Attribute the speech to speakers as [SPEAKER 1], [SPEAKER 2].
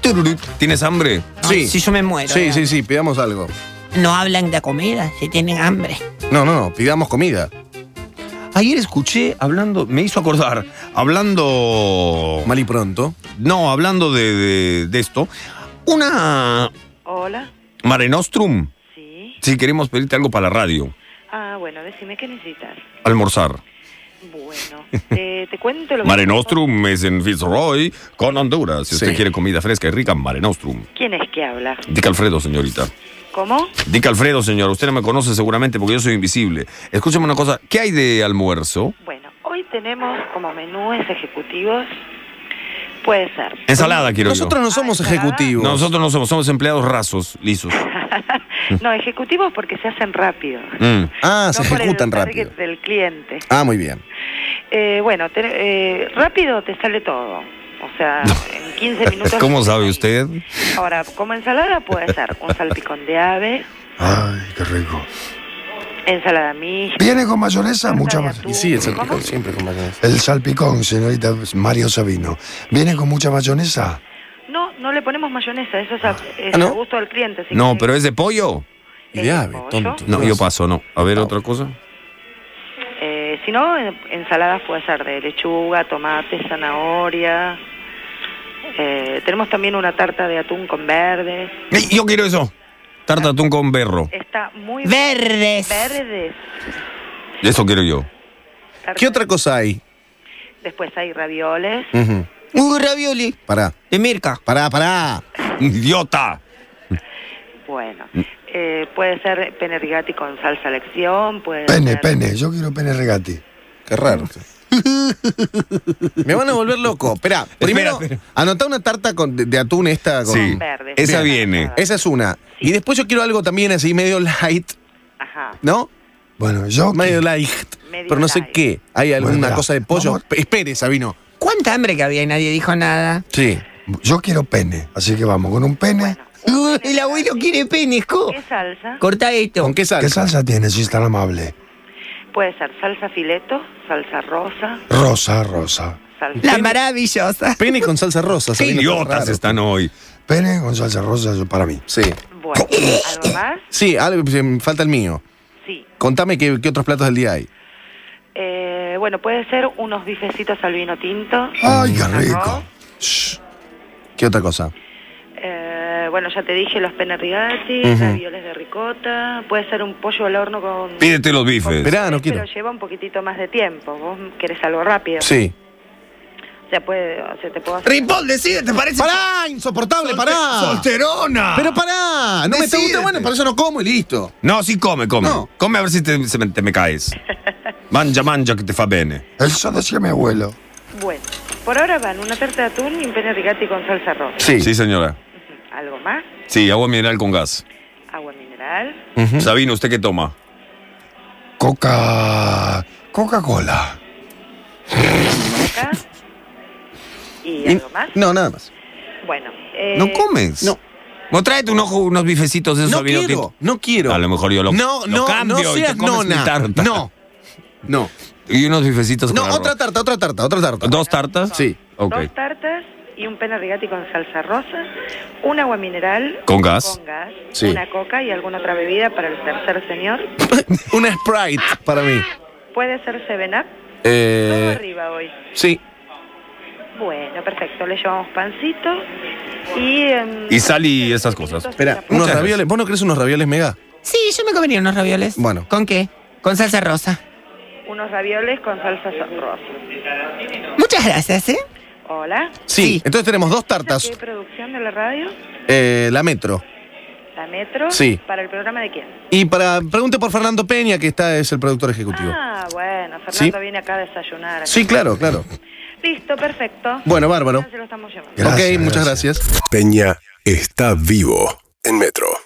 [SPEAKER 1] Tururut.
[SPEAKER 2] ¿Tienes hambre?
[SPEAKER 1] Sí.
[SPEAKER 3] Si yo me
[SPEAKER 2] Ah,
[SPEAKER 3] muero.
[SPEAKER 1] Sí,
[SPEAKER 3] eh.
[SPEAKER 1] sí, sí, pidamos algo.
[SPEAKER 3] No hablan de comida, si tienen hambre.
[SPEAKER 1] No, no, no, pidamos comida.
[SPEAKER 2] Ayer escuché hablando, me hizo acordar, hablando.
[SPEAKER 1] Mal y pronto.
[SPEAKER 2] No, hablando de, de- de esto. Una
[SPEAKER 4] Hola,
[SPEAKER 2] Mare Nostrum.
[SPEAKER 4] sí.
[SPEAKER 2] Si queremos pedirte algo para la radio.
[SPEAKER 4] Ah, bueno, decime qué necesitas.
[SPEAKER 2] Almorzar.
[SPEAKER 4] Bueno, te, te cuento lo que...
[SPEAKER 2] Mare Nostrum es en Fitzroy con Honduras. Si usted
[SPEAKER 1] Sí.
[SPEAKER 2] quiere comida fresca y rica, Mare Nostrum.
[SPEAKER 4] ¿Quién es que habla?
[SPEAKER 2] Dica Alfredo, señorita.
[SPEAKER 4] ¿Cómo?
[SPEAKER 2] Dica Alfredo, señor. Usted no me conoce seguramente porque yo soy invisible. Escúcheme una cosa. ¿Qué hay de almuerzo?
[SPEAKER 4] Bueno, hoy tenemos como menúes ejecutivos. Puede ser.
[SPEAKER 2] Ensalada, quiero yo.
[SPEAKER 1] Nosotros no
[SPEAKER 4] Ah,
[SPEAKER 1] somos ejecutivos.
[SPEAKER 2] Nosotros no somos, somos empleados rasos, lisos.
[SPEAKER 4] no, ejecutivos porque se hacen rápido.
[SPEAKER 2] Mm.
[SPEAKER 1] Ah,
[SPEAKER 4] no
[SPEAKER 1] se
[SPEAKER 4] por el
[SPEAKER 1] ejecutan
[SPEAKER 4] target
[SPEAKER 1] rápido.
[SPEAKER 4] del cliente.
[SPEAKER 1] Ah, muy bien.
[SPEAKER 4] Eh, bueno, te- eh, rápido te sale todo. O sea, en 15 minutos...
[SPEAKER 2] ¿Cómo
[SPEAKER 4] estás
[SPEAKER 2] sabe
[SPEAKER 4] ahí.
[SPEAKER 2] usted?
[SPEAKER 4] Ahora, como ensalada puede ser un salpicón de ave,
[SPEAKER 5] Ay, qué rico.
[SPEAKER 4] ensalada mixta,
[SPEAKER 5] ¿Viene con mayonesa? Mucha
[SPEAKER 4] de
[SPEAKER 5] más.
[SPEAKER 4] atún.
[SPEAKER 1] Y sí, el
[SPEAKER 4] ¿Cómo?
[SPEAKER 1] salpicón siempre con mayonesa.
[SPEAKER 5] El salpicón, señorita Mario Sabino. ¿Viene con mucha mayonesa?
[SPEAKER 4] No, no le ponemos mayonesa, eso es a, es
[SPEAKER 1] Ah, ¿no?
[SPEAKER 4] a gusto del cliente. así
[SPEAKER 2] No,
[SPEAKER 4] que-
[SPEAKER 2] pero es de pollo.
[SPEAKER 1] Y de
[SPEAKER 4] Eh,
[SPEAKER 1] ave,
[SPEAKER 4] pollo.
[SPEAKER 1] tonto.
[SPEAKER 2] No, yo paso, no. A ver, otra cosa.
[SPEAKER 4] Eh, si no, en- ensaladas puede ser de lechuga, tomate, zanahoria. Eh, tenemos también una tarta de atún con verdes.
[SPEAKER 2] Ey, Yo quiero eso. Tarta atún con berro.
[SPEAKER 4] Está muy
[SPEAKER 3] Verdes.
[SPEAKER 4] verdes.
[SPEAKER 2] Eso quiero yo.
[SPEAKER 4] Tarta-
[SPEAKER 1] ¿Qué otra cosa hay?
[SPEAKER 4] Después hay ravioles.
[SPEAKER 1] Ujú.
[SPEAKER 3] Uh, ravioli.
[SPEAKER 1] Pará,
[SPEAKER 3] De Mirka.
[SPEAKER 1] pará, pará.
[SPEAKER 2] ¡Idiota!
[SPEAKER 4] Bueno, eh, puede ser pene rigati con salsa lección. Puede
[SPEAKER 5] Pene,
[SPEAKER 4] ser-
[SPEAKER 5] pene. Yo quiero pene regati.
[SPEAKER 1] Qué raro. Me van a volver loco. Esperá, primero,
[SPEAKER 2] espera.
[SPEAKER 1] anotá una tarta con- de, de atún esta. Con,
[SPEAKER 2] Sí.
[SPEAKER 4] verdes.
[SPEAKER 2] Esa
[SPEAKER 4] Bien.
[SPEAKER 2] viene.
[SPEAKER 1] Esa es una. Y después yo quiero algo también así, medio light,
[SPEAKER 4] Ajá.
[SPEAKER 1] ¿no?
[SPEAKER 5] Bueno, yo.
[SPEAKER 1] Medio light.
[SPEAKER 4] Medio
[SPEAKER 1] pero no sé
[SPEAKER 4] light.
[SPEAKER 1] qué. Hay alguna
[SPEAKER 5] Bueno,
[SPEAKER 1] cosa de pollo.
[SPEAKER 5] vamos.
[SPEAKER 1] Espere, Sabino.
[SPEAKER 3] ¿Cuánta hambre que había y nadie dijo nada?
[SPEAKER 1] Sí.
[SPEAKER 5] Yo quiero pene. Así que vamos con un pene.
[SPEAKER 3] Uh, el abuelo quiere penes, co.
[SPEAKER 4] ¿Qué salsa?
[SPEAKER 3] Corta esto.
[SPEAKER 1] ¿Con qué salsa?
[SPEAKER 5] ¿Qué salsa tiene, si es tan amable?
[SPEAKER 4] Puede ser salsa fileto, salsa rosa,
[SPEAKER 5] Rosa, rosa.
[SPEAKER 4] salsa...
[SPEAKER 3] La maravillosa.
[SPEAKER 1] Pene con salsa rosa.
[SPEAKER 2] ¡Qué
[SPEAKER 1] Sabino, está
[SPEAKER 2] idiotas
[SPEAKER 1] raro.
[SPEAKER 2] están hoy!
[SPEAKER 5] Pene con salsa rosa yo- para mí.
[SPEAKER 1] Sí.
[SPEAKER 4] Bueno, ¿algo más?
[SPEAKER 1] Sí, algo- se me falta el mío.
[SPEAKER 4] Sí.
[SPEAKER 1] Contame qué, qué otros platos del día hay.
[SPEAKER 4] Eh, bueno, puede ser unos bifecitos al vino tinto.
[SPEAKER 5] Ay, qué
[SPEAKER 4] Arroz.
[SPEAKER 5] rico.
[SPEAKER 1] ¿Qué otra cosa?
[SPEAKER 4] Eh, bueno, ya te dije los penne rigati, ravioles de ricota. Puede ser un pollo al horno con...
[SPEAKER 2] Pídete los bifes.
[SPEAKER 1] Esperá, ah, no
[SPEAKER 4] Pero
[SPEAKER 1] quiero.
[SPEAKER 4] lleva un poquitito más de tiempo. Vos querés algo rápido.
[SPEAKER 1] Sí.
[SPEAKER 4] O sea, puede, o sea, te puedo hacer...
[SPEAKER 2] Ripoll, decide, ¿te parece?
[SPEAKER 1] ¡Pará! ¡Insoportable!
[SPEAKER 2] Solte-
[SPEAKER 1] ¡Pará!
[SPEAKER 2] ¡Solterona!
[SPEAKER 1] Pero pará, no me te gusta,
[SPEAKER 2] Decídete.
[SPEAKER 1] bueno, para eso no como y listo.
[SPEAKER 2] No, sí, come, come.
[SPEAKER 1] No.
[SPEAKER 2] Come a ver si te, se me, te me caes. Mangia, mangia, que te fa bene.
[SPEAKER 5] Eso decía mi abuelo.
[SPEAKER 4] Bueno, por ahora van una tarta de atún y un penne rigati con salsa rosa.
[SPEAKER 1] Sí.
[SPEAKER 2] Sí, señora.
[SPEAKER 4] Ujú. ¿Algo más?
[SPEAKER 2] Sí, agua mineral con gas.
[SPEAKER 4] Agua mineral.
[SPEAKER 2] Sabino, ¿usted qué toma?
[SPEAKER 5] Coca. Coca-Cola.
[SPEAKER 4] acá. ¿Y algo más?
[SPEAKER 1] No, nada más.
[SPEAKER 4] Bueno. eh,
[SPEAKER 2] ¿No comes?
[SPEAKER 1] no.
[SPEAKER 2] Vos tráete un ojo, unos bifecitos de esos
[SPEAKER 1] No
[SPEAKER 2] Sabino,
[SPEAKER 1] quiero,
[SPEAKER 2] tinto.
[SPEAKER 1] no quiero.
[SPEAKER 2] A lo mejor yo lo-
[SPEAKER 1] No,
[SPEAKER 2] lo
[SPEAKER 1] no,
[SPEAKER 2] cambio
[SPEAKER 1] no
[SPEAKER 2] y te
[SPEAKER 1] seas
[SPEAKER 2] comes mi
[SPEAKER 1] nona.
[SPEAKER 2] tarta.
[SPEAKER 1] No. No.
[SPEAKER 2] Y unos bifecitos
[SPEAKER 1] No,
[SPEAKER 2] con arroz.
[SPEAKER 1] otra tarta, otra tarta, otra tarta.
[SPEAKER 2] ¿Dos tartas?
[SPEAKER 1] Sí.
[SPEAKER 2] Ok.
[SPEAKER 4] Dos tartas y un pene rigati con salsa rosa, un agua mineral.
[SPEAKER 2] ¿Con gas?
[SPEAKER 4] Con gas,
[SPEAKER 1] Sí.
[SPEAKER 4] una coca y alguna otra bebida para el tercer señor.
[SPEAKER 1] Una Sprite para mí.
[SPEAKER 4] Puede ser Seven Up. Todo
[SPEAKER 1] Eh,
[SPEAKER 4] arriba hoy.
[SPEAKER 1] sí.
[SPEAKER 4] Bueno, perfecto. Le llevamos pancito y. em,
[SPEAKER 2] Y sal y esas cosas.
[SPEAKER 1] Espera,
[SPEAKER 4] Muchas
[SPEAKER 1] unos
[SPEAKER 2] gracias.
[SPEAKER 1] ravioles. ¿Vos no crees unos ravioles mega?
[SPEAKER 3] Sí, yo me comería unos ravioles.
[SPEAKER 1] Bueno.
[SPEAKER 3] ¿Con qué? Con salsa rosa.
[SPEAKER 4] unos ravioles con salsa so- rosa.
[SPEAKER 3] Muchas gracias, ¿eh?
[SPEAKER 4] Hola.
[SPEAKER 1] Sí.
[SPEAKER 3] Sí.
[SPEAKER 1] Entonces tenemos dos tartas.
[SPEAKER 4] ¿Qué producción de la radio?
[SPEAKER 1] eh, la Metro.
[SPEAKER 4] La Metro.
[SPEAKER 1] Sí.
[SPEAKER 4] ¿Para el programa de quién?
[SPEAKER 1] Y para. Pregunte por Fernando Peña, que está, es el productor ejecutivo.
[SPEAKER 4] Ah, bueno, Fernando
[SPEAKER 1] Sí.
[SPEAKER 4] viene acá a desayunar.
[SPEAKER 1] Sí, claro, claro.
[SPEAKER 4] Listo, perfecto.
[SPEAKER 1] Bueno, bárbaro.
[SPEAKER 4] Ya se lo estamos llevando.
[SPEAKER 5] Gracias,
[SPEAKER 1] ok, muchas
[SPEAKER 5] gracias.
[SPEAKER 1] gracias.
[SPEAKER 6] Peña está vivo en Metro.